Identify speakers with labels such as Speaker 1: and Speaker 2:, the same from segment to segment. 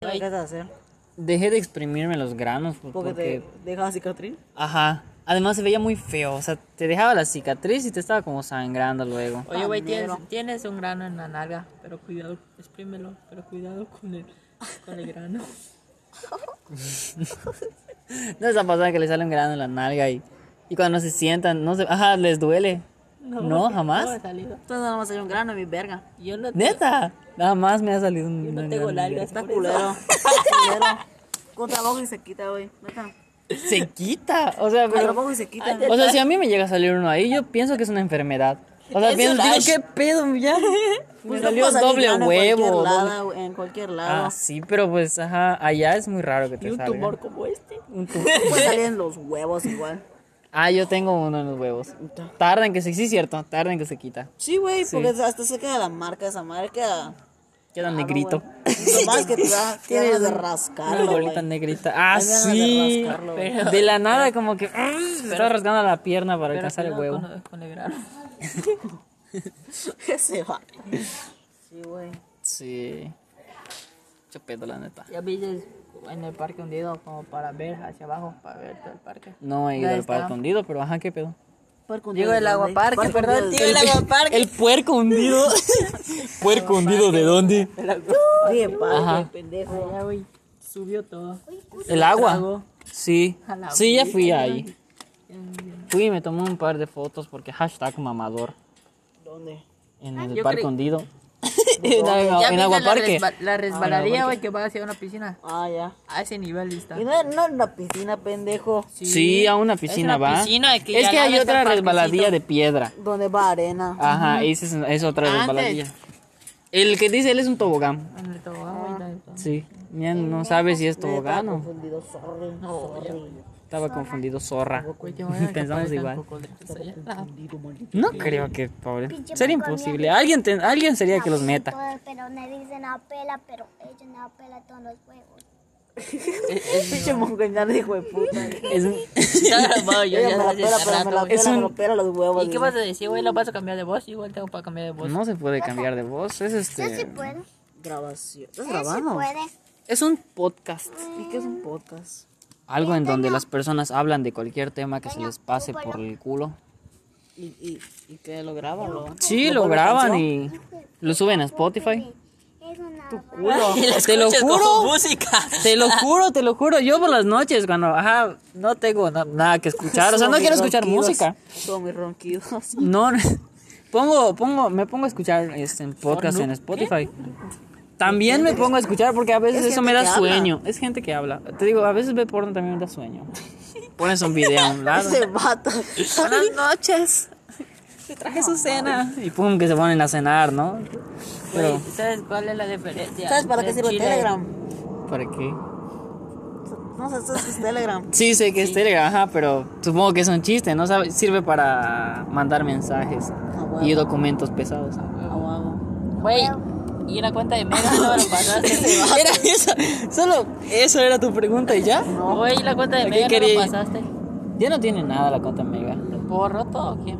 Speaker 1: ¿Qué vas a hacer?
Speaker 2: Dejé de exprimirme los granos por-
Speaker 1: Porque
Speaker 2: porque,
Speaker 1: te deja cicatriz.
Speaker 2: ajá. Además se veía muy feo, o sea, te dejaba la cicatriz y te estaba como sangrando luego.
Speaker 3: Oye, güey,
Speaker 1: Palmero.
Speaker 3: tienes, tienes un grano en la nalga, pero cuidado, exprímelo, pero cuidado con el, con el grano.
Speaker 2: No es la pasada que le sale un grano en la nalga y, y cuando se sientan, no sé, ajá, les duele. No, jamás.
Speaker 3: No me ha salido.
Speaker 1: Entonces nada más hay un grano en mi verga.
Speaker 3: Yo no,
Speaker 2: Neta, nada más me ha salido un
Speaker 3: yo no
Speaker 2: un
Speaker 3: tengo
Speaker 2: grano en la
Speaker 3: largas.
Speaker 1: Está
Speaker 3: por eso.
Speaker 1: culero. Está culero. Con trabajo y se quita, güey. Neta.
Speaker 2: nalga. Se quita, o sea,
Speaker 1: Con
Speaker 2: pero-
Speaker 1: trabajo y se quita.
Speaker 2: o sea, si a mí me llega a salir uno ahí, yo pienso que es una enfermedad. O sea,
Speaker 3: Es
Speaker 2: pienso,
Speaker 3: un
Speaker 2: digo,
Speaker 3: ash.
Speaker 2: ¿qué pedo? Ya. Me
Speaker 1: Pues
Speaker 2: salió
Speaker 1: no pasa ni
Speaker 2: doble
Speaker 1: grano En
Speaker 2: huevo.
Speaker 1: cualquier
Speaker 2: doble-
Speaker 1: lado. güey, En cualquier lado.
Speaker 2: Ah, sí, pero pues, ajá, allá es muy raro que te
Speaker 3: Y un
Speaker 2: salga.
Speaker 3: tumor como este.
Speaker 2: Un tumor.
Speaker 1: Pues salen los huevos igual.
Speaker 2: Ah, yo tengo uno en los huevos. Tarda en que se... Sí, cierto. Tarda en que se quita.
Speaker 1: Sí, güey, porque hasta se queda la marca esa marca.
Speaker 3: Ah,
Speaker 2: Queda negrito.
Speaker 1: Lo más que te da te da ganas de rascarlo,
Speaker 2: Una bolita
Speaker 1: güey.
Speaker 2: negrita. Ah,
Speaker 1: Ahí me dan ganas de
Speaker 2: sí.
Speaker 1: rascarlo,
Speaker 2: Pero- De la nada como que... mm, se está rasgando la pierna
Speaker 3: Pero
Speaker 2: para alcanzar el
Speaker 3: cuidado
Speaker 2: huevo.
Speaker 3: Con, con el grano.
Speaker 1: se va. Sí, güey.
Speaker 2: Sí. Yo pedo, la neta.
Speaker 3: Ya viste en el parque hundido como para ver hacia abajo, para ver todo el parque.
Speaker 2: No he ido
Speaker 3: Ya
Speaker 2: al
Speaker 3: está.
Speaker 2: parque hundido, pero ajá, qué pedo.
Speaker 1: Parque hundido
Speaker 3: Digo el
Speaker 1: de
Speaker 3: agua
Speaker 1: dónde?
Speaker 3: parque, perdón,
Speaker 1: hundido de
Speaker 3: digo el
Speaker 1: dónde?
Speaker 3: agua parque.
Speaker 2: El puerco hundido. ¿Puerco hundido de dónde?
Speaker 1: Oye, parque,
Speaker 2: Ajá.
Speaker 1: pendejo.
Speaker 3: Ya, güey, subió todo.
Speaker 2: El agua. Sí.
Speaker 3: A la
Speaker 2: Sí, ya fui ahí. Fui y me tomé un par de fotos porque hashtag mamador.
Speaker 1: ¿Dónde?
Speaker 2: En el
Speaker 3: Ah, yo
Speaker 2: parque
Speaker 3: creí-
Speaker 2: hundido. en
Speaker 3: Ya
Speaker 2: agua- en
Speaker 3: viste
Speaker 2: agua
Speaker 3: la
Speaker 2: parque.
Speaker 3: resba- La resbaladilla,
Speaker 2: Aguaparque.
Speaker 3: güey, que va hacia una piscina.
Speaker 1: Ah, ya.
Speaker 3: A ese nivel está.
Speaker 1: Y no, no en la piscina, pendejo.
Speaker 2: Sí, a una piscina
Speaker 3: una
Speaker 2: va.
Speaker 3: piscina que
Speaker 2: es
Speaker 3: ya
Speaker 2: que hay
Speaker 3: nada, está
Speaker 2: otra
Speaker 3: el
Speaker 2: resbaladilla
Speaker 3: parquecito.
Speaker 2: de piedra.
Speaker 1: Donde va arena.
Speaker 2: Ajá, esa es, es otra
Speaker 3: Ah, Antes.
Speaker 2: resbaladilla. El que dice él es un tobogán.
Speaker 3: En el tobogán, güey, la neta.
Speaker 2: Sí, ya no sabe si es tobogán o
Speaker 1: Confundido, sorry. sorry.
Speaker 2: estaba confundido zorra.
Speaker 3: Güey, qué bueno que
Speaker 2: Pensamos
Speaker 3: aparezcan
Speaker 2: igual.
Speaker 3: cocodrilos allá.
Speaker 2: No creo que pobre. Sería imposible. Alguien ten- alguien sería que los meta.
Speaker 4: Todos, pero me dicen apela, pero ellos no apelan todos los juegos.
Speaker 1: Pinche mongo engaño, hijo de puta.
Speaker 2: Es un-
Speaker 3: Está grabado, yo
Speaker 1: Ella
Speaker 3: ya
Speaker 1: me la
Speaker 3: desde
Speaker 1: pela,
Speaker 3: hace
Speaker 1: pero me la
Speaker 3: rato, güey.
Speaker 2: Es
Speaker 1: pela, me
Speaker 2: un-
Speaker 1: la pela los huevos.
Speaker 3: ¿Y qué vas a decir, güey? ¿Lo vas a cambiar de voz? Igual tengo para cambiar de voz.
Speaker 2: no se puede cambiar de voz, es este
Speaker 4: ¿Pueden?
Speaker 1: Grabación. ¿Estás
Speaker 4: Sí
Speaker 1: grabando?
Speaker 4: pueden.
Speaker 2: es un podcast,
Speaker 1: ¿Y qué es un podcast?
Speaker 2: algo en donde las personas hablan de cualquier tema que se les pase por el culo.
Speaker 1: ¿Y, y, y qué lo graban? Lo...
Speaker 2: Sí, lo graban y lo suben a Spotify.
Speaker 4: Es una
Speaker 2: Te lo
Speaker 3: Escuchas como
Speaker 2: juro.
Speaker 3: música.
Speaker 2: Te lo juro, te lo juro. Yo por las noches, cuando, ajá, no tengo na- nada que escuchar. O sea, no quiero escuchar música.
Speaker 1: Son mis ronquidos.
Speaker 2: No, no. pongo, pongo, me pongo a escuchar este, en podcast en Spotify. También me pongo a escuchar porque a veces
Speaker 1: Es
Speaker 2: eso me
Speaker 1: gente
Speaker 2: da
Speaker 1: que habla.
Speaker 2: sueño. Es gente que habla. Te digo, a veces ver porno también me da sueño. Pones un video a un lado.
Speaker 1: Ese vato.
Speaker 2: Buenas noches. Te traje su cena. Y pum, que se ponen a cenar, ¿no? Pero,
Speaker 3: Güey, ¿Sabes cuál es la diferencia?
Speaker 1: ¿Sabes para qué
Speaker 3: entre
Speaker 1: sirve
Speaker 3: Chile?
Speaker 1: Telegram?
Speaker 2: ¿para qué?
Speaker 1: No sé, ¿sabes qué es Telegram?
Speaker 2: Sí, sé que es Telegram, ajá, pero supongo que es un chiste, ¿no? Sabe- Sirve para mandar mensajes
Speaker 1: huevo.
Speaker 2: y documentos pesados.
Speaker 1: A huevo.
Speaker 3: Ah, Güey, y la cuenta de Mega no me lo pasaste.
Speaker 2: Era eso, solo eso era tu pregunta y ya.
Speaker 3: Güey, la cuenta de
Speaker 2: ¿Qué
Speaker 3: Mega no
Speaker 2: quería?
Speaker 3: lo pasaste.
Speaker 2: Ya no tiene nada la cuenta mega.
Speaker 3: ¿Puedo roto o quién?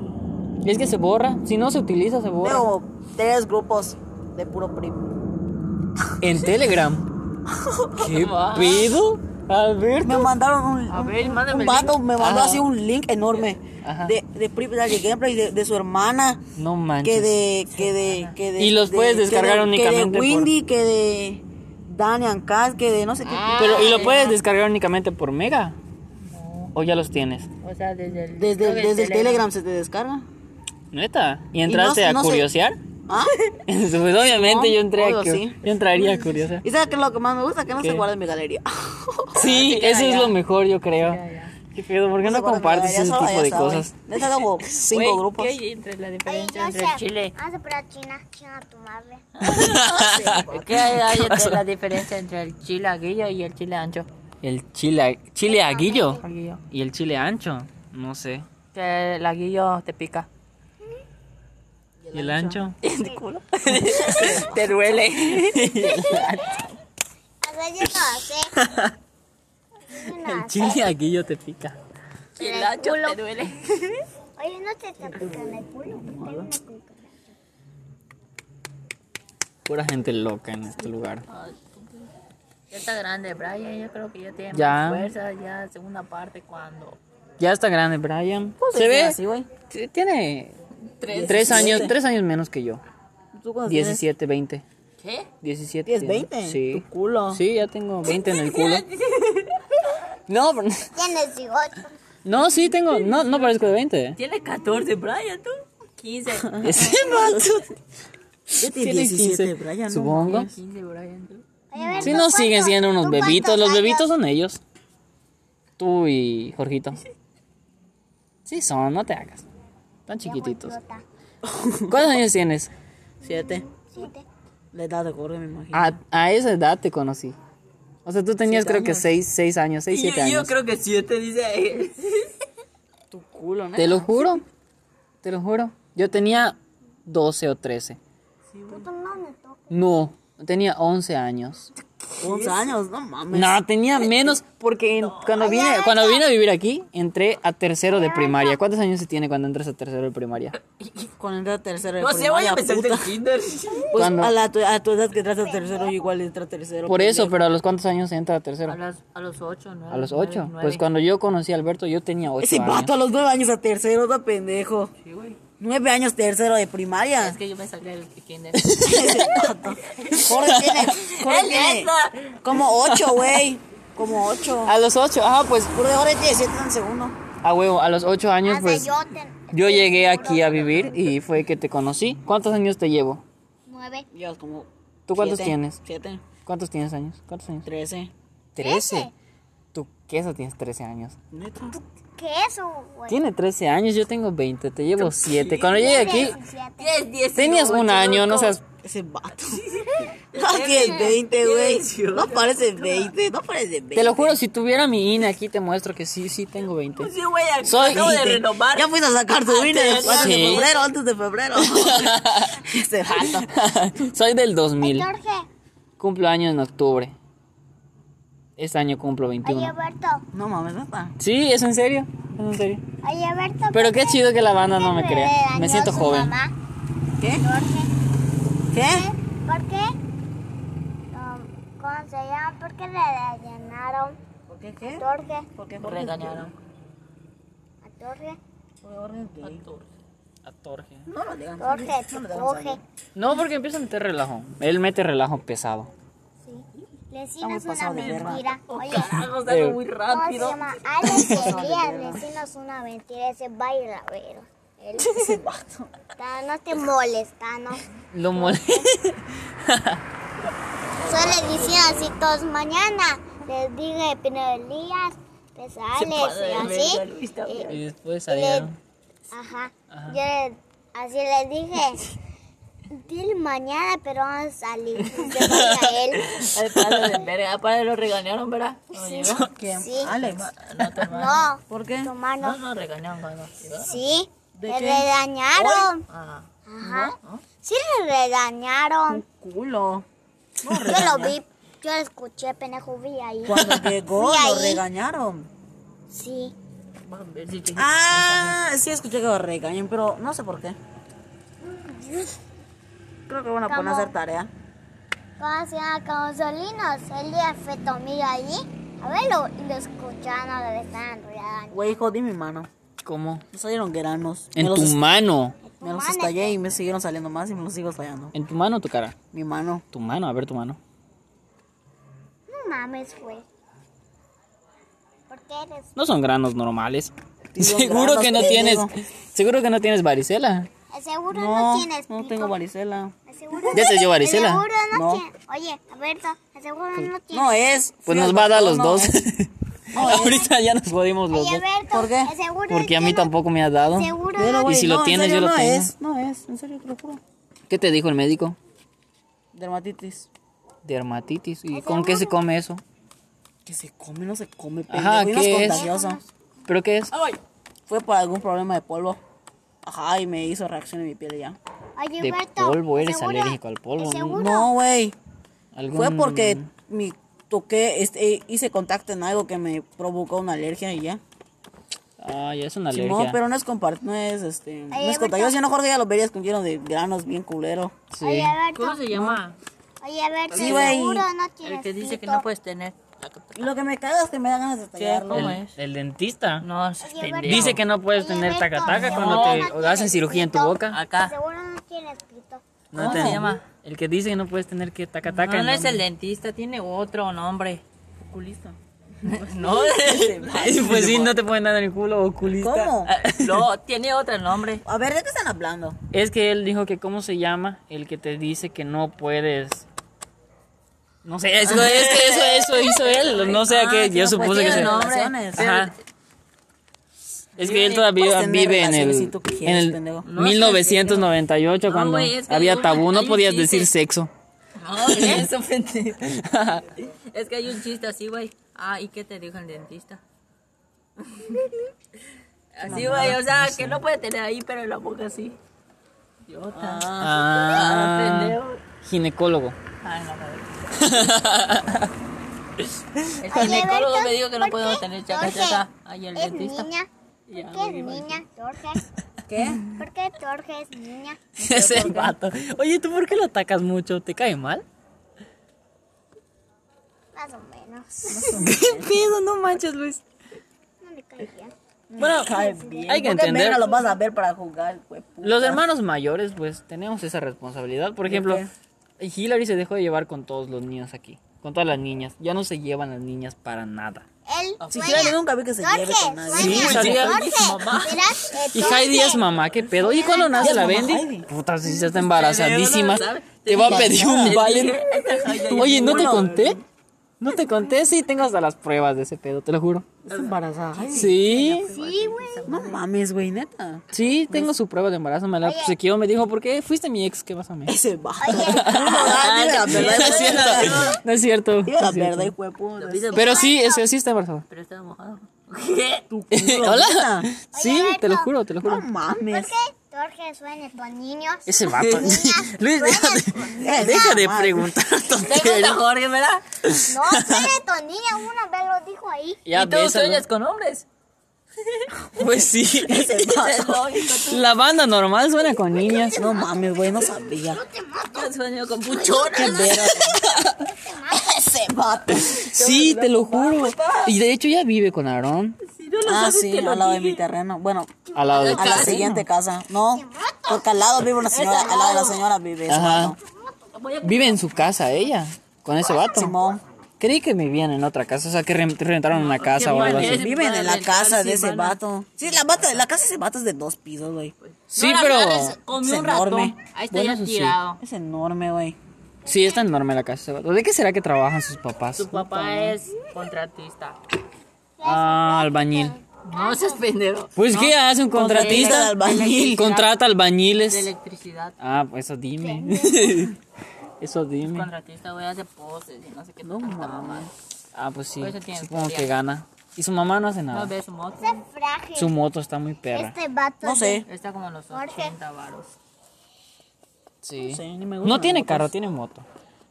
Speaker 2: Es que se borra, si no se utiliza se borra.
Speaker 1: Tengo tres grupos de puro pri.
Speaker 2: En Telegram. ¿Qué pedo?
Speaker 1: Me
Speaker 2: Alberto.
Speaker 1: mandaron un,
Speaker 3: A ver,
Speaker 1: un
Speaker 3: mándame el
Speaker 1: vato me mandó
Speaker 2: Ajá.
Speaker 1: así un link enorme
Speaker 2: Ajá.
Speaker 1: de, de Free Fire Gameplay de, de su hermana
Speaker 2: No manches.
Speaker 1: que de que de que de
Speaker 2: Y los
Speaker 1: de-
Speaker 2: puedes
Speaker 1: que de-
Speaker 2: descargar
Speaker 1: que de
Speaker 2: únicamente por-
Speaker 1: Windy que de Daniel Cass que de no sé qué
Speaker 2: Pero y lo puedes descargar únicamente por mega. O ya los tienes.
Speaker 3: O sea, desde el.
Speaker 1: desde, desde el Telegram se te descarga
Speaker 2: Neta. ¿Y entraste
Speaker 1: no sé-
Speaker 2: a
Speaker 1: no sé-
Speaker 2: curiosear?
Speaker 1: ¿Ah?
Speaker 2: pues obviamente
Speaker 1: No,
Speaker 2: yo entré
Speaker 1: obvio,
Speaker 2: a cu-
Speaker 1: sí.
Speaker 2: yo entraría a curiosear.
Speaker 1: y sabes que lo que más me gusta que no se
Speaker 2: ¿Qué?
Speaker 1: guarda en mi galería
Speaker 2: Sí, eso es lo mejor yo creo. Qué pedo, ¿por qué no
Speaker 1: Se guarda en mi
Speaker 2: compartes
Speaker 1: galería,
Speaker 2: ese
Speaker 1: solo
Speaker 2: tipo de
Speaker 1: esa, güey.
Speaker 2: cosas?
Speaker 1: de esas tengo cinco
Speaker 3: Güey,
Speaker 1: grupos
Speaker 3: ¿Qué hay entre la
Speaker 4: Oye,
Speaker 3: diferencia entre
Speaker 4: Joseph,
Speaker 3: Chile?
Speaker 4: Vamos a probar China, China tu madre.
Speaker 3: ¿Qué hay entre la diferencia entre el chile aguillo y el chile ancho?
Speaker 2: El chile, chile aguillo
Speaker 3: Aguillo.
Speaker 2: y el chile ancho, no sé.
Speaker 3: Que el aguillo te pica.
Speaker 2: ¿Y el ancho?
Speaker 3: Te duele.
Speaker 4: O sea, yo no sé. Yo no sé.
Speaker 2: Chile aguillo te pica.
Speaker 3: El ancho te duele.
Speaker 4: Oye, no te está picando el culo. Tengo una cucaracha.
Speaker 2: Pura gente loca en este lugar.
Speaker 3: Ya está grande, Brian. Yo creo que ya tiene
Speaker 2: Ya.
Speaker 3: más fuerza. Ya, segunda parte, cuando.
Speaker 2: Ya está grande, Brian.
Speaker 1: ¿Cómo
Speaker 2: Se
Speaker 1: dice
Speaker 2: ve.
Speaker 1: así, güey?
Speaker 2: t- Tiene
Speaker 1: Tres.
Speaker 2: tres años, tres años menos que yo.
Speaker 1: ¿Tú cuántos tienes?
Speaker 2: 17, 20.
Speaker 3: ¿Qué?
Speaker 2: 17.
Speaker 1: ¿Tienes
Speaker 2: tiene.
Speaker 1: 20?
Speaker 2: Sí.
Speaker 1: Tu culo.
Speaker 2: Sí, ya tengo 20 en el culo. No, pero-
Speaker 4: Tienes 18.
Speaker 2: no, sí tengo. No, no parezco de 20.
Speaker 3: Tiene 14, Brian, tú. 15.
Speaker 2: Ese vato
Speaker 1: Ya tienes
Speaker 2: tiene
Speaker 1: 17,
Speaker 2: 15,
Speaker 1: Brian. ¿no?
Speaker 2: Supongo.
Speaker 3: 15, Brian, tú.
Speaker 4: Oye, a ver,
Speaker 2: Si
Speaker 4: ¿tú
Speaker 2: no siguen
Speaker 4: cuánto-
Speaker 2: siendo unos
Speaker 4: tú
Speaker 2: bebitos,
Speaker 4: cuántos
Speaker 2: los
Speaker 4: años-
Speaker 2: bebitos son ellos. Tú y Jorgito. Sí son, no te hagas. Tan chiquititos.
Speaker 4: Idiota.
Speaker 2: ¿Cuántos años tienes?
Speaker 1: Siete.
Speaker 2: Mm.
Speaker 4: Siete.
Speaker 1: La edad de corre, me imagino.
Speaker 2: A, a esa edad te conocí. O sea, tú tenías creo que 6 seis años, 6, 7 años.
Speaker 3: creo que 7, dice.
Speaker 1: Tu culo, ¿no?
Speaker 2: Te lo juro. Te lo juro. Yo tenía 12 o 13.
Speaker 4: Puto, no me toques.
Speaker 2: No, tenía 11 años.
Speaker 1: 11 años, no mames.
Speaker 2: No, tenía menos porque en- cuando vine cuando vine a vivir aquí entré a tercero de primaria. ¿Cuántos años se tiene cuando entras a tercero de primaria?
Speaker 1: Con edad tercera. de
Speaker 3: No sé, voy a
Speaker 1: primaria,
Speaker 3: empezar
Speaker 1: puta.
Speaker 3: el kinder.
Speaker 1: Pues
Speaker 2: Cuando-
Speaker 1: a, la, tu- a tu edad que entras a tercero, yo igual entra a tercero.
Speaker 2: Por eso,
Speaker 1: pendejo.
Speaker 2: pero a los cuántos años se entra a tercero?
Speaker 3: A los, a los 8, ¿no?
Speaker 2: A los 8. Pues cuando yo conocí a Alberto yo tenía 8
Speaker 1: Ese
Speaker 2: años.
Speaker 1: vato a los 9 años a tercero, da pendejo.
Speaker 3: Sí, güey.
Speaker 1: 9 años tercero de primaria.
Speaker 3: Es que yo me salí del kinder.
Speaker 1: Ese vato. Jorge tiene. Jorge
Speaker 3: ¡Es
Speaker 1: tiene
Speaker 3: neta!
Speaker 1: Como 8, güey. Como 8.
Speaker 2: A los 8, ajá, pues
Speaker 1: Porque ahora tiene 7 en segundo.
Speaker 2: a Ah, huevo, a los 8 años
Speaker 4: Hasta
Speaker 2: pues
Speaker 4: yo ten-
Speaker 2: yo llegué aquí a vivir y fue que te conocí. ¿Cuántos años te llevo?
Speaker 4: Nueve.
Speaker 1: Llevas como.
Speaker 2: ¿Tú cuántos tienes?
Speaker 1: 7,
Speaker 2: ¿Cuántos tienes años? ¿Cuántos años?
Speaker 1: 13.
Speaker 2: 13. ¿Tú qué eso tienes 13 años?
Speaker 1: Neta.
Speaker 4: ¿Qué es eso, güey?
Speaker 2: Tiene 13 años, yo tengo 20, te llevo 7. Cuando llegué aquí,
Speaker 4: 17.
Speaker 3: Tienes 10.
Speaker 2: tenías un año, no seas...
Speaker 1: Ese vato. No tienes 20, güey. No parece 20. No parece 20.
Speaker 2: Te lo juro, si tuviera mi INE aquí te muestro que sí, sí tengo 20.
Speaker 3: Sí, güey,
Speaker 2: Soy-
Speaker 3: Pues acabo de
Speaker 1: 20.
Speaker 3: renovar.
Speaker 1: Ya fuiste a sacar tu INE después de
Speaker 2: Sí.
Speaker 1: febrero, antes de febrero. Ese vato.
Speaker 2: Soy del 2000,
Speaker 4: Jorge,
Speaker 2: cumplo año en octubre. Este año cumplo
Speaker 4: oye,
Speaker 2: 21.
Speaker 4: Alberto.
Speaker 1: No Ah. mames, neta.
Speaker 2: Sí, es en serio, es en serio.
Speaker 4: Oye, Alberto.
Speaker 2: Pero qué chido que la banda no me
Speaker 4: le
Speaker 2: crea, me
Speaker 4: dañó
Speaker 2: siento
Speaker 4: su
Speaker 2: joven.
Speaker 4: mamá?
Speaker 1: ¿Qué?
Speaker 4: Jorge,
Speaker 1: ¿Qué?
Speaker 4: ¿por qué? Um, ¿Cómo se llama? ¿Por qué le dañaron
Speaker 1: ¿Por qué qué?
Speaker 4: a Jorge?
Speaker 1: ¿Por qué
Speaker 3: Regañaron.
Speaker 4: A Jorge.
Speaker 1: No lo digan.
Speaker 4: Jorge, te coge.
Speaker 2: No, porque empieza a meter relajo. Él mete relajo pesado.
Speaker 4: Sí. Le hicimos una mentira.
Speaker 2: Oh,
Speaker 4: Oye,
Speaker 3: Carajo,
Speaker 2: Eh,
Speaker 3: salgo muy
Speaker 4: ¿cómo se
Speaker 3: rápido.
Speaker 4: llama? Alex Elías, le hicimos una mentira. Ese baila, pero. Él ese No te molesta, ¿no?
Speaker 2: Lo molesta.
Speaker 4: Solo decían así todos mañana. Les dije Pino Elías, Pesales y así.
Speaker 2: Y después
Speaker 4: Le-
Speaker 2: salieron.
Speaker 4: ajá. Yo le- así les dije. Dile mañana, pero vamos a salir. Se vaya él.
Speaker 3: Al padre de verga. Al padre lo regañaron, ¿verdad? No llegó.
Speaker 4: Sí.
Speaker 1: Alex.
Speaker 3: No, tu hermano.
Speaker 4: No,
Speaker 1: Ah, ¿Por qué?
Speaker 4: tu mano.
Speaker 3: No, no regañaron cuando llegó.
Speaker 4: Sí,
Speaker 1: ¿De
Speaker 4: le
Speaker 1: qué?
Speaker 4: regañaron.
Speaker 3: Ah.
Speaker 4: Ajá. Sí, le regañaron.
Speaker 1: Culo.
Speaker 4: Yo lo vi, yo lo escuché, pendejo, vi ahí.
Speaker 1: Cuando llegó
Speaker 4: Sí,
Speaker 1: lo
Speaker 4: ahí.
Speaker 1: regañaron.
Speaker 4: Sí.
Speaker 3: Vamos a ver si te-
Speaker 1: Ah, sí escuché que lo regañan, pero no sé por qué. Creo que van a poner a hacer tarea.
Speaker 4: ¿Cómo se llama? Como solinos. El día fue tu amigo allí. A verlo, y lo escucharon, lo estaban regañando.
Speaker 1: Güey, jodí mi mano.
Speaker 2: ¿Cómo?
Speaker 1: Me salieron granos.
Speaker 2: En
Speaker 1: me
Speaker 2: tu
Speaker 1: los,
Speaker 2: mano.
Speaker 1: me los estallé y me siguieron saliendo más y me los sigo estallando.
Speaker 2: En tu mano o tu cara.
Speaker 1: Mi mano.
Speaker 2: Tu mano, a ver tu mano.
Speaker 4: No mames, güey. ¿Por qué eres?
Speaker 2: No son granos normales.
Speaker 1: Sí, son
Speaker 2: seguro
Speaker 1: granos,
Speaker 2: que no
Speaker 1: te
Speaker 2: tienes.
Speaker 1: digo.
Speaker 2: Seguro que no tienes varicela.
Speaker 4: Seguro
Speaker 1: No,
Speaker 4: no, tienes
Speaker 1: no
Speaker 4: pico.
Speaker 1: tengo varicela.
Speaker 4: Seguro-
Speaker 2: Ya te dio varicela.
Speaker 4: Seguro no,
Speaker 1: No.
Speaker 4: tienes. Oye, Alberto, seguro no tienes.
Speaker 1: No es.
Speaker 2: Pues
Speaker 1: Fui
Speaker 2: nos
Speaker 1: al
Speaker 2: va a dar
Speaker 1: doctor,
Speaker 2: los
Speaker 1: no
Speaker 2: dos.
Speaker 1: es.
Speaker 2: Ahorita ya nos jodimos los
Speaker 4: Oye,
Speaker 2: dos.
Speaker 4: Alberto,
Speaker 1: ¿Por qué?
Speaker 4: seguro
Speaker 2: Porque a mí
Speaker 4: tienes-
Speaker 2: tampoco me has dado.
Speaker 4: Seguro
Speaker 1: Pero,
Speaker 4: no
Speaker 2: Y
Speaker 1: güey,
Speaker 2: si lo
Speaker 1: no, en
Speaker 2: tienes,
Speaker 1: serio,
Speaker 2: yo lo
Speaker 1: no
Speaker 2: tengo.
Speaker 1: Es, no es, en serio, te lo juro.
Speaker 2: ¿Qué te dijo el médico?
Speaker 1: Dermatitis.
Speaker 2: Dermatitis. ¿Y con qué se come eso?
Speaker 1: Que se come, no se come.
Speaker 2: Ajá,
Speaker 1: pendejo, y no
Speaker 2: ¿qué es?
Speaker 1: contagioso.
Speaker 2: ¿Pero qué es?
Speaker 3: Ay.
Speaker 1: Fue por algún problema de polvo. Ajá, y me hizo reacción en mi piel y ya.
Speaker 4: Oye,
Speaker 2: De
Speaker 4: Alberto,
Speaker 2: polvo, eres
Speaker 4: ¿seguro?
Speaker 2: alérgico al polvo.
Speaker 4: ¿Seguro?
Speaker 1: No, güey.
Speaker 2: Algún-
Speaker 1: Fue porque mi toqué, este, hice contacto en algo que me provocó una alergia y ya.
Speaker 2: Ah, ya es una alergia.
Speaker 1: Simón, pero no es compart no es este, no
Speaker 4: Oye,
Speaker 1: es contagioso. Si no, Jorge ya lo verías con lleno de granos bien culero.
Speaker 2: Sí.
Speaker 4: Oye, Alberto,
Speaker 3: ¿Cómo se llama?
Speaker 4: Oye, a ver,
Speaker 1: Sí,
Speaker 4: ¿te
Speaker 1: güey.
Speaker 4: seguro no tienes
Speaker 5: El que dice que
Speaker 4: pito?
Speaker 5: no puedes tener.
Speaker 1: Lo que me caga es que me da ganas de tallarlo.
Speaker 5: ¿Cómo
Speaker 2: El,
Speaker 5: es?
Speaker 2: el dentista
Speaker 5: No, es
Speaker 4: Oye, Berto.
Speaker 2: dice que no puedes
Speaker 4: Oye,
Speaker 2: tener
Speaker 4: Berto,
Speaker 2: tacataca
Speaker 4: no.
Speaker 2: cuando
Speaker 4: No
Speaker 2: te hacen
Speaker 4: tienes
Speaker 2: cirugía en tu
Speaker 4: pito.
Speaker 2: boca.
Speaker 5: Acá.
Speaker 4: Seguro no tienes pito.
Speaker 2: No
Speaker 5: ¿Cómo
Speaker 2: te-
Speaker 5: se llama?
Speaker 2: El que dice que no puedes tener que tacataca.
Speaker 5: No,
Speaker 2: en
Speaker 5: no
Speaker 2: la-
Speaker 5: es el dentista, tiene otro nombre.
Speaker 3: Oculista.
Speaker 5: No,
Speaker 2: Pues sí, no te pueden dar en el culo oculista.
Speaker 1: ¿Cómo?
Speaker 5: Ah, no, tiene otro nombre.
Speaker 1: A ver, ¿de qué están hablando?
Speaker 2: Es que él dijo que cómo se llama el que te dice que no puedes. No sé, eso, es que eso, eso hizo él. No
Speaker 1: Ah,
Speaker 2: sé a qué. Yo supuse que
Speaker 5: tiene
Speaker 2: se.
Speaker 5: nombre.
Speaker 2: Ajá. Es que él todavía
Speaker 1: Puedes tener
Speaker 2: vive en el,
Speaker 1: eh, pues, relaciones si tú quieres,
Speaker 2: en el
Speaker 1: pendejo.
Speaker 5: No,
Speaker 2: 1998
Speaker 5: no,
Speaker 2: cuando
Speaker 5: güey, es que
Speaker 2: había
Speaker 5: hay un-
Speaker 2: tabú, no
Speaker 5: hay un
Speaker 2: podías
Speaker 5: chiste.
Speaker 2: decir sexo.
Speaker 5: No, eso, pendejo. Ah, Es que hay un chiste así, güey. Ah, ¿y qué te dijo el dentista? Así, güey, o sea, que no puede tener ahí, pero en la boca sí. Idiota.
Speaker 2: Ah,
Speaker 5: pendejo.
Speaker 2: ginecólogo.
Speaker 5: Ay, no, madre. El ginecólogo
Speaker 4: Berto,
Speaker 5: me dijo que no
Speaker 4: ¿por
Speaker 5: podemos
Speaker 4: qué?
Speaker 5: tener
Speaker 4: Jorge,
Speaker 5: chacachaca. Ay, el
Speaker 4: es
Speaker 5: dentista.
Speaker 4: niña. ¿Por qué es niña, Torge?
Speaker 1: ¿Qué?
Speaker 4: ¿Por qué Torge es niña?
Speaker 2: Ese vato. Oye, ¿tú por qué lo atacas mucho? ¿Te cae mal?
Speaker 4: Más o menos.
Speaker 2: ¿Qué pedo? No manches, Luis.
Speaker 4: No me cae bien.
Speaker 1: Mm.
Speaker 2: Bueno, hay que
Speaker 1: ¿Por qué
Speaker 2: entender.
Speaker 1: verga los vas a ver para jugar, güey? puta?
Speaker 2: Los hermanos mayores, pues, tenemos esa responsabilidad. Por ejemplo, Hillary se dejó de llevar con todos los niños aquí. Con todas las niñas. Ya no se llevan las niñas para nada.
Speaker 4: Él
Speaker 5: Ah,
Speaker 1: Si
Speaker 4: sueña.
Speaker 1: yo nunca vi que se lleve con
Speaker 4: Torge,
Speaker 1: nadie.
Speaker 4: sueña.
Speaker 2: Sí, sabía.
Speaker 4: Jorge, verás, eh,
Speaker 2: Y Heidi es
Speaker 4: Torge.
Speaker 2: mamá, qué pedo. ¿Y cuando nace la Bendy? Puta, si ya está embarazadísima. pues, Te va a pedir un vale. Oye, ¿no te conté? ¿No te conté? Sí, tengo hasta las pruebas de ese pedo, te lo juro.
Speaker 1: ¿Estás embarazada?
Speaker 2: Sí,
Speaker 4: Sí, güey.
Speaker 1: No mames, güey, neta.
Speaker 2: sí, tengo su prueba de embarazo. Me la obsequió, me dijo, ¿por qué fuiste mi ex? ¿Qué vas a me?
Speaker 1: Ese va.
Speaker 2: Ah, no, no es cierto. No es cierto.
Speaker 1: Dime
Speaker 2: no
Speaker 1: la
Speaker 2: es cierto.
Speaker 1: verdad, hijo de puta.
Speaker 2: Pero sí, es, sí está embarazada.
Speaker 5: Pero estaba mojado.
Speaker 2: Hola. Sí,
Speaker 4: Oye,
Speaker 2: te lo
Speaker 4: Beto.
Speaker 2: juro, te lo
Speaker 1: No
Speaker 2: juro.
Speaker 4: ¿Por
Speaker 1: mames.
Speaker 4: qué Torge sueña con niños?
Speaker 2: Ese vato. Luis, deja de, deja de preguntar
Speaker 5: Te gusta
Speaker 2: tonterías.
Speaker 5: Jorge, ¿verdad?
Speaker 4: No, sueña con niños. Una vez lo dijo ahí.
Speaker 2: Ya,
Speaker 5: y tú
Speaker 2: bésalo.
Speaker 5: sueñas con hombres.
Speaker 2: Pues sí.
Speaker 5: Es lógico,
Speaker 2: La banda normal suena con niñas.
Speaker 1: No mames, güey, no sabía.
Speaker 5: tú has sueño con puchonas.
Speaker 1: Ese vato.
Speaker 2: Sí, te lo juro. Y de hecho ya vive con Aarón
Speaker 5: Si no lo
Speaker 1: Ah,
Speaker 5: sabes,
Speaker 1: sí,
Speaker 5: te lo
Speaker 1: al lado de
Speaker 5: dije.
Speaker 1: mi terreno. Bueno,
Speaker 2: al lado de
Speaker 1: a la
Speaker 2: casa.
Speaker 1: siguiente casa. No, porque al lado vive una señora. Al lado de la señora vive ese
Speaker 2: Ajá.
Speaker 1: vato.
Speaker 2: Vive en su casa ella, con ese vato.
Speaker 1: Simón.
Speaker 2: Creí que vivían en otra casa, o sea, que re- rentaron una casa o algo así.
Speaker 1: Viven en la
Speaker 5: Vale,
Speaker 1: casa de
Speaker 5: sí,
Speaker 1: ese
Speaker 5: van a-
Speaker 1: vato. Sí, la, vato- la casa de ese vato es de dos pisos, güey.
Speaker 2: Sí,
Speaker 5: No, la
Speaker 2: pero
Speaker 5: verdad es- Comí
Speaker 1: Es
Speaker 5: un ratón.
Speaker 1: enorme.
Speaker 5: Ahí está
Speaker 2: Bueno,
Speaker 5: ya
Speaker 2: eso sí.
Speaker 5: tirado.
Speaker 1: Es enorme, güey.
Speaker 2: sí está enorme la casa. de ese vato. ¿De qué será que trabajan sus papás?
Speaker 5: Tu papá es contratista.
Speaker 2: Ah, albañil.
Speaker 5: No seas pendejo.
Speaker 2: Pues qué hace un
Speaker 1: Contratista de
Speaker 2: contratista?
Speaker 1: albañil.
Speaker 2: Contrata
Speaker 5: De
Speaker 2: albañiles.
Speaker 5: electricidad.
Speaker 2: Ah, pues eso dime. Eso dime.
Speaker 5: Contratista, güey, hace poses y no sé qué. No mames.
Speaker 2: Ah, pues sí.
Speaker 5: Por eso tiene
Speaker 2: Supongo que
Speaker 5: feria.
Speaker 2: gana. Y su mamá no hace
Speaker 5: No
Speaker 2: nada.
Speaker 5: ves su moto.
Speaker 4: Frágil.
Speaker 2: Su moto está muy perra.
Speaker 4: Este vato.
Speaker 1: No sé.
Speaker 5: Está como en los
Speaker 4: Jorge.
Speaker 5: 80 varos.
Speaker 2: Sí.
Speaker 1: No sé, ni me gustan
Speaker 2: No
Speaker 1: las
Speaker 2: tiene
Speaker 1: motos.
Speaker 2: carro, tiene moto.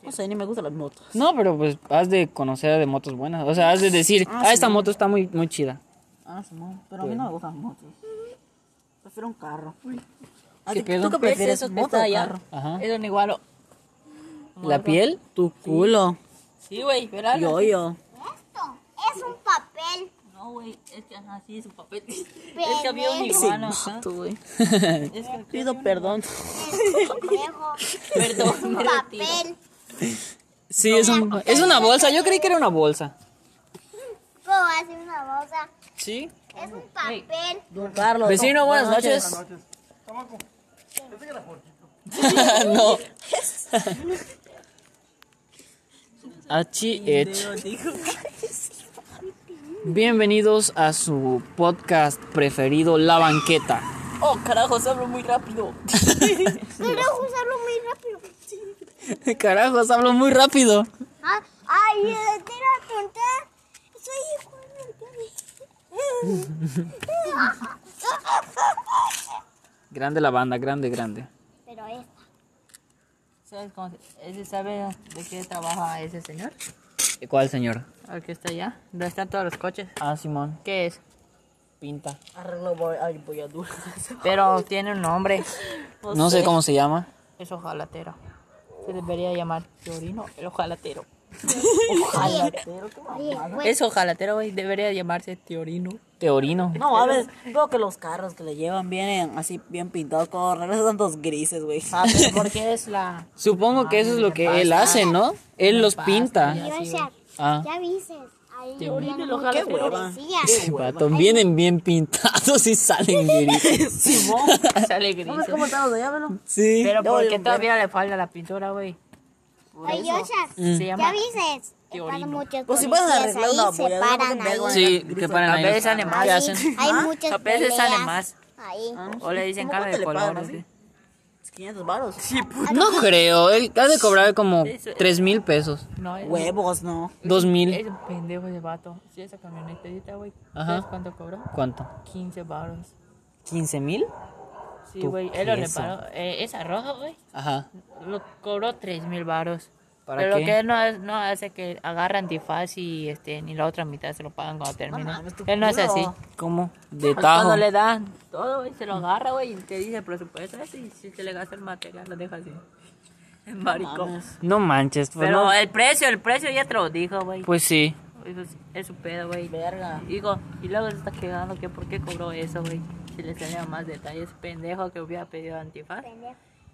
Speaker 1: No sé, ni me gustan las motos.
Speaker 2: No, pero pues has de conocer de motos buenas. O sea, has de decir, ah, esta moto está muy, muy chida.
Speaker 1: Ah, Simón. Pero a mí no me gustan las motos. Prefiero un carro. ¿A
Speaker 2: ¿Qué
Speaker 1: ti-
Speaker 2: pedo?
Speaker 1: ¿Tú qué
Speaker 5: ¿Ves
Speaker 1: prefieres?
Speaker 5: eso que
Speaker 1: ¿Moto
Speaker 5: está
Speaker 1: o
Speaker 5: allá?
Speaker 1: carro?
Speaker 2: Ajá.
Speaker 5: Es un igualo.
Speaker 2: ¿La piel?
Speaker 1: Tu culo.
Speaker 5: Sí, güey, ¿verdad?
Speaker 1: Yo, yo.
Speaker 4: Esto es un papel.
Speaker 5: No, güey, es que ajá, sí, su papel.
Speaker 4: Pendejo.
Speaker 5: Es que había un iguano acá. Es que
Speaker 1: Pido perdón.
Speaker 4: Pendejo.
Speaker 5: perdón,
Speaker 4: Un
Speaker 5: me retiro.
Speaker 4: papel.
Speaker 2: Sí, es, un- es
Speaker 1: eh,
Speaker 2: una bolsa. Yo creí que era una bolsa.
Speaker 4: ¿Cómo va a ser una bolsa?
Speaker 2: Sí.
Speaker 4: Es un papel.
Speaker 1: Don Carlos.
Speaker 2: Vecino, buenas noches. no. H.H. Bienvenidos a su podcast preferido, La Banqueta.
Speaker 5: Oh, carajo, se hablo muy rápido.
Speaker 4: Quiero usarlo muy rápido.
Speaker 2: Carajos, hablo muy rápido.
Speaker 4: Ah, ay, eh, tira tonta. Soy hijo de
Speaker 2: Grande la banda, grande, grande.
Speaker 4: Pero esta.
Speaker 5: ¿Sabes cómo se- ese sabe de qué trabaja ese señor?
Speaker 2: ¿Cuál señor?
Speaker 5: Al que está allá. ¿Dónde están todos los coches?
Speaker 2: Ah, Simón.
Speaker 5: ¿Qué es?
Speaker 2: Pinta.
Speaker 1: Arreglo voy- ay, bolladuras.
Speaker 5: Pero tiene un nombre.
Speaker 2: No sé cómo se llama.
Speaker 5: Es ojalatero.
Speaker 3: Se debería llamar Fiorino el ojalatero.
Speaker 4: Bien,
Speaker 3: Pues
Speaker 4: bueno.
Speaker 5: Es ojalatero, güey. Debería llamarse Teorino.
Speaker 2: Te orino.
Speaker 1: No, a ver, veo que los carros que le llevan vienen así bien pintados, como regresan dos grises, güey.
Speaker 3: Ah, pero porque es la.
Speaker 2: Supongo que eso es lo que él hace, ¿no? Él los pinta.
Speaker 4: Yo, o sea,
Speaker 2: Ah.
Speaker 4: ya viste. Ahí vienen
Speaker 3: el
Speaker 4: mucho
Speaker 3: ojalatero.
Speaker 4: policía.
Speaker 2: Vato, vienen bien pintados y salen grises.
Speaker 3: Sale gris.
Speaker 1: ¿Cómo están los de allá, velo?
Speaker 2: Sí.
Speaker 3: Pero
Speaker 1: No,
Speaker 3: porque
Speaker 1: hombre.
Speaker 3: todavía le falta la pintura, güey.
Speaker 4: Oye, Yosha,
Speaker 3: Se
Speaker 4: Pues ya
Speaker 3: llama.
Speaker 4: viste. Están muchos
Speaker 1: Pues si
Speaker 4: policías
Speaker 1: van a arreglar
Speaker 4: ahí,
Speaker 1: una
Speaker 4: se
Speaker 1: apoyadora, no
Speaker 4: paran
Speaker 1: te
Speaker 4: ahí.
Speaker 1: pego, eh.
Speaker 2: Sí, que paran
Speaker 3: A
Speaker 2: ahí.
Speaker 3: veces salen más.
Speaker 2: ¿Qué
Speaker 4: Ahí
Speaker 2: hacen?
Speaker 4: Hay
Speaker 1: ¿Ah?
Speaker 4: muchas
Speaker 5: A veces
Speaker 4: peleas
Speaker 5: salen más. Ah.
Speaker 4: Ahí.
Speaker 5: O le dicen
Speaker 1: ¿Cómo
Speaker 5: cara
Speaker 1: cuánto
Speaker 5: de
Speaker 1: le
Speaker 5: color.
Speaker 1: pagan,
Speaker 5: no sé.
Speaker 1: Es 500 baros.
Speaker 2: No creo, él ha de cobrar como tres mil pesos,
Speaker 3: No, es,
Speaker 1: Huevos, no.
Speaker 2: dos
Speaker 3: es
Speaker 2: mil.
Speaker 3: un pendejo de vato. Si esa camionetita, güey.
Speaker 2: Ajá.
Speaker 3: ¿Sabes cuánto cobró?
Speaker 2: ¿Cuánto?
Speaker 3: 15 baros.
Speaker 2: ¿Quince mil?
Speaker 3: Sí,
Speaker 2: Tu
Speaker 3: güey. Él lo
Speaker 2: queso.
Speaker 3: reparó. Eh, esa roja, güey.
Speaker 2: Ajá.
Speaker 3: Lo cobró 3 mil baros.
Speaker 2: ¿Para
Speaker 3: Pero
Speaker 2: qué?
Speaker 3: lo que él no, hace- no hace que agarra antifaz y este, ni la otra mitad se lo pagan cuando termina.
Speaker 1: mames, tu
Speaker 3: él no es
Speaker 1: culo.
Speaker 3: así.
Speaker 2: ¿Cómo? De tajo.
Speaker 5: Cuando le dan todo, güey, se lo agarra, güey, y te dice presupuesto. Y si te le gasta el material, lo deja así. Es maricón.
Speaker 2: No manches, pues,
Speaker 5: Pero
Speaker 2: no-
Speaker 5: el precio, el precio ya te lo dijo, güey.
Speaker 2: pues sí.
Speaker 5: Eso es- Es su pedo, güey. Digo, y luego se está quejando que por qué cobró eso, güey. Si le tenía más detalles, pendejo que hubiera pedido antifaz.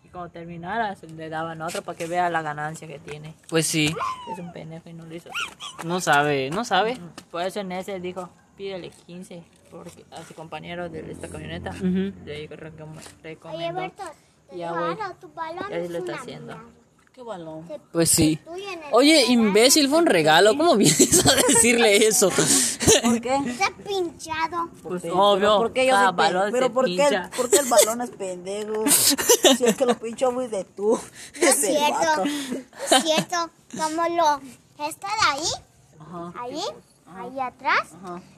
Speaker 5: Y cuando terminara, se le daban otro para que vea la ganancia que tiene.
Speaker 2: Pues sí.
Speaker 5: Es un pendejo y no lo hizo.
Speaker 2: No sabe, no sabe.
Speaker 5: Por eso en ese dijo, pídele 15 porque a su compañero de esta camioneta. Le digo, recom-
Speaker 4: Oye,
Speaker 5: recomendó.
Speaker 4: Berto, te
Speaker 5: Ya,
Speaker 4: digo
Speaker 5: güey.
Speaker 4: algo, tu balón
Speaker 5: Ya
Speaker 4: es
Speaker 5: lo está
Speaker 4: una
Speaker 5: haciendo.
Speaker 4: mierda.
Speaker 1: Qué balón.
Speaker 4: Se-
Speaker 2: Pues sí.
Speaker 4: tú y en el-
Speaker 2: Oye, imbécil, fue un regalo. ¿Cómo vienes a decirle eso?
Speaker 1: ¿Por qué?
Speaker 4: Está pinchado.
Speaker 5: Pues
Speaker 1: Pero
Speaker 5: obvio,
Speaker 1: ¿Por qué yo
Speaker 5: cada
Speaker 1: soy pe-
Speaker 5: balón
Speaker 1: Pero
Speaker 5: se
Speaker 1: ¿por qué, el,
Speaker 5: pincha.
Speaker 1: ¿por qué el balón es pendejo? si es que lo pincho muy de tú.
Speaker 4: No es cierto. No es cierto. Como lo está ahí, ahí, ahí atrás.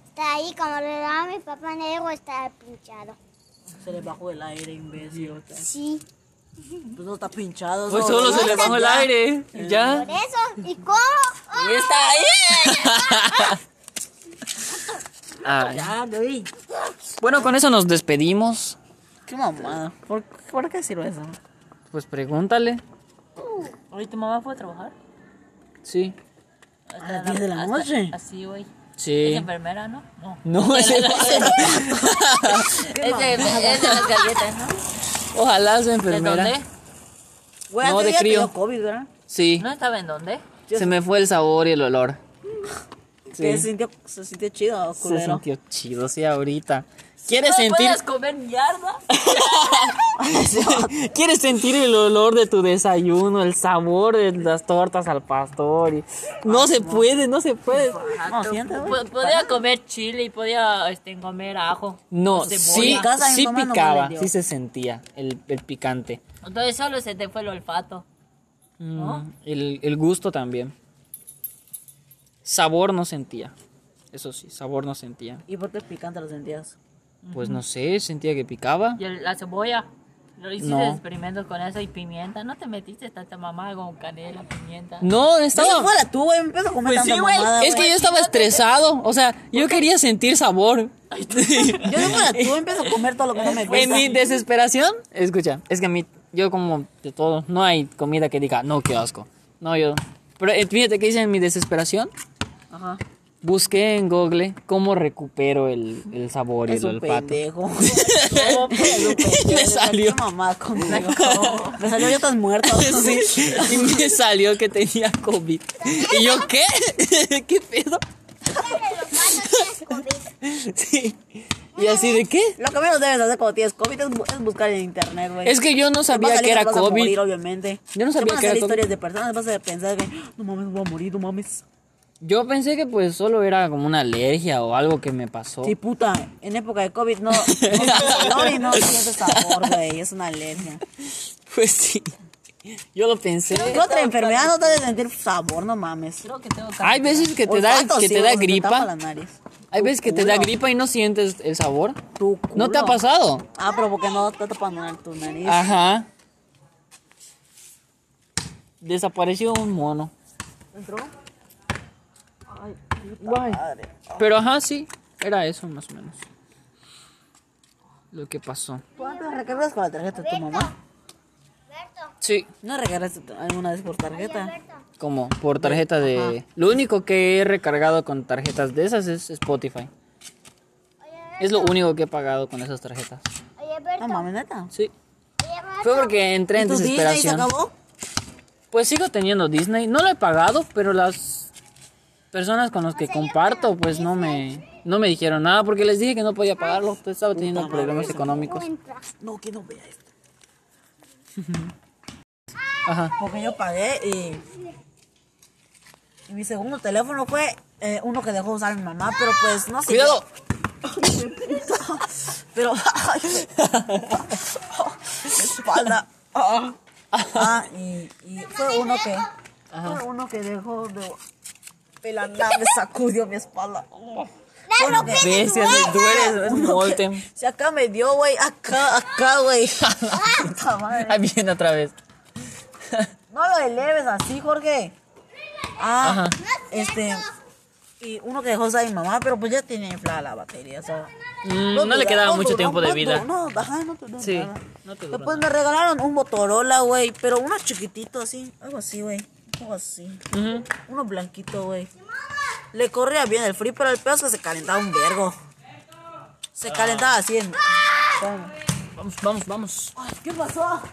Speaker 4: Está ahí, como le daba mi papá negro, está pinchado.
Speaker 1: Se le bajó el aire, imbécil.
Speaker 4: Sí.
Speaker 1: Pues no está pinchado.
Speaker 2: Pues
Speaker 1: no,
Speaker 2: solo
Speaker 1: no,
Speaker 2: se le
Speaker 1: está-
Speaker 2: bajó el aire.
Speaker 4: Por
Speaker 2: Ya.
Speaker 4: eso. ¿Y cómo? ¡Ah!
Speaker 5: ¡Está ahí!
Speaker 2: Ay.
Speaker 1: Ya, güey.
Speaker 2: Bueno, con eso nos despedimos.
Speaker 1: Qué mamada. ¿Por, ¿Por qué sirve eso?
Speaker 2: Pues pregúntale.
Speaker 5: Oye, tu mamá fue a trabajar.
Speaker 2: Sí.
Speaker 1: A las 10 de la noche.
Speaker 5: Así, güey. Es
Speaker 2: Sí.
Speaker 5: enfermera, ¿no? No.
Speaker 2: No, ese
Speaker 5: Es de, es de las galletas, ¿no?
Speaker 2: Ojalá sea
Speaker 5: ¿De
Speaker 2: enfermera.
Speaker 5: dónde?
Speaker 1: Güey,
Speaker 2: No,
Speaker 1: antes
Speaker 2: de
Speaker 1: ya te
Speaker 2: crío.
Speaker 1: dio COVID, ¿verdad?
Speaker 2: Sí.
Speaker 5: ¿No estaba en dónde?
Speaker 2: Se me fue el sabor y el olor.
Speaker 1: Que se sintió, se sintió chido,
Speaker 2: Se
Speaker 1: culero.
Speaker 2: sintió chido, sí, ahorita. ¿Quieres sentir
Speaker 5: puedes comer mierda?
Speaker 2: ¿Quieres sentir el olor de tu desayuno, el sabor de las tortas al pastor? y- No se puede, no se puede.
Speaker 1: No, siente, güey.
Speaker 5: Po- podía comer chile y podía este, comer ajo.
Speaker 2: No,
Speaker 5: cebolla.
Speaker 2: sí,
Speaker 1: En casa mi
Speaker 2: sí
Speaker 1: mamá no me
Speaker 2: picaba,
Speaker 1: le dio.
Speaker 2: sí se sentía el, el picante.
Speaker 5: Entonces solo se te fue el olfato.
Speaker 2: Mm, el, el gusto también. Sabor no sentía. Eso sí, sabor no sentía.
Speaker 1: ¿Y por qué picante lo sentías?
Speaker 2: Pues no sé, sentía que picaba.
Speaker 5: Y el- la cebolla. Lo hiciste
Speaker 2: No.
Speaker 5: experimentos con eso y pimienta. No te metiste tanta mamá con canela, pimienta.
Speaker 2: No,
Speaker 1: Estaba
Speaker 2: estaba... pues
Speaker 1: fuera tú, Pues güey. Me empiezo a comer tanta mamada,
Speaker 2: Es que yo estaba estresado, o sea, yo quería sentir sabor.
Speaker 1: Yo de fuera tú empiezo a comer todo lo que no me
Speaker 2: En
Speaker 1: gusta.
Speaker 2: mi desesperación, escucha, es que a mí, yo como de todo, no hay comida que diga, no, qué asco. No, yo. Pero eh, fíjate que hice en mi desesperación. Busqué en Google cómo recupero el, el sabor y
Speaker 1: Es
Speaker 2: el
Speaker 1: un
Speaker 2: olfato.
Speaker 1: pendejo. No, pues, es un pendejo.
Speaker 2: Le salió.
Speaker 1: Qué mamá contigo. Me salió ya estás muerto.
Speaker 2: Sí, y me salió que tenía COVID. ¿Y yo qué? ¿Qué pedo?
Speaker 4: Pero los patos tienes COVID.
Speaker 2: Sí. ¿Y así de qué?
Speaker 1: Lo que menos debes hacer cuando tienes COVID es, bu- es buscar en internet, güey.
Speaker 2: Es que yo no
Speaker 1: Te va a
Speaker 2: sabía
Speaker 1: salir
Speaker 2: que era
Speaker 1: te vas a morir,
Speaker 2: COVID.
Speaker 1: obviamente.
Speaker 2: Yo no
Speaker 1: Te
Speaker 2: sabía
Speaker 1: van a
Speaker 2: que era
Speaker 1: salir
Speaker 2: COVID.
Speaker 1: historias de personas, vas a pensar que no mames, voy a morir, no mames.
Speaker 2: Yo pensé que pues solo era como una alergia o algo que me pasó.
Speaker 1: Sí, puta, en época de COVID no, no sientes dolor y no sientes sabor, güey. Es una alergia.
Speaker 2: Pues sí. Yo lo pensé.
Speaker 1: ¿Qué otra enfermedad no te hace sentir sabor? No mames.
Speaker 5: Creo que tengo que...
Speaker 2: Hay veces que te da,
Speaker 1: Olfato,
Speaker 2: que
Speaker 1: sí,
Speaker 2: te
Speaker 1: o
Speaker 2: da
Speaker 1: sea, tapa la
Speaker 2: gripa.
Speaker 1: nariz.
Speaker 2: Hay veces que te da
Speaker 1: culo.
Speaker 2: gripa y no sientes el sabor.
Speaker 1: Tu
Speaker 2: ¿No te ha
Speaker 1: culo.
Speaker 2: pasado?
Speaker 1: Ah, pero porque no te tapan la- tu nariz.
Speaker 2: Ah. Ajá. Desapareció un mono. Guay. Pero ajá, sí. Era eso más o menos. Lo que pasó.
Speaker 1: ¿Cuánto recargas con la tarjeta de tu mamá?
Speaker 4: Berto,
Speaker 2: Sí,
Speaker 1: ¿No recargaste t- alguna vez por tarjeta?
Speaker 2: como por tarjeta de... Lo único que he recargado con tarjetas de esas es Spotify. Es lo único que he pagado con esas tarjetas.
Speaker 4: Oye, Berto,
Speaker 1: No mames, neta.
Speaker 2: Sí.
Speaker 4: oye, Berto.
Speaker 2: Fue porque entré en
Speaker 1: Ah, ¿Y tu Disney se
Speaker 2: desesperación.
Speaker 1: acabó?
Speaker 2: Pues sigo teniendo Disney. No lo he pagado, pero las personas con las que comparto, pues no me, no me dijeron nada porque les dije que no
Speaker 1: Ah,
Speaker 2: podía pagarlo. Entonces estaba teniendo problemas económicos.
Speaker 4: Entra.
Speaker 1: No, que no vea esto.
Speaker 2: Ajá.
Speaker 1: Porque yo pagué y... y mi segundo teléfono fue eh, uno que dejó usar mi mamá, pero pues no sé.
Speaker 2: Cuidado.
Speaker 1: Pero. ay, mi espalda. Ah, Ah, y, y fue uno que. Fue uno que dejó de. De la nada me sacudió mi espalda. Bueno, que-
Speaker 2: Bestias, duele, es un molten.
Speaker 1: si acá me dio, güey. Acá, acá, güey. Puta madre.
Speaker 2: Ahí viene otra vez.
Speaker 1: No lo eleves así, Jorge. Ah,
Speaker 2: Ajá.
Speaker 1: este. Y uno que dejó usar mi mamá, pero pues ya tiene inflada la batería, o sea.
Speaker 2: Mm, no le
Speaker 1: dura-
Speaker 2: quedaba mucho
Speaker 1: duró
Speaker 2: tiempo de
Speaker 1: cuánto,
Speaker 2: vida.
Speaker 1: pues, No, ajá, no te duró
Speaker 2: Sí,
Speaker 1: nada.
Speaker 2: no te duró
Speaker 1: Después me regalaron un Motorola, güey, pero uno chiquitito así, algo así, güey, algo así.
Speaker 2: Ujú.
Speaker 1: Uno blanquito, güey. Le corría bien el free, pero el peor es que se calentaba un vergo.
Speaker 2: Ah.
Speaker 1: Se calentaba así en...
Speaker 2: Vamos, vamos, vamos.
Speaker 1: Ay, ¿Qué pasó?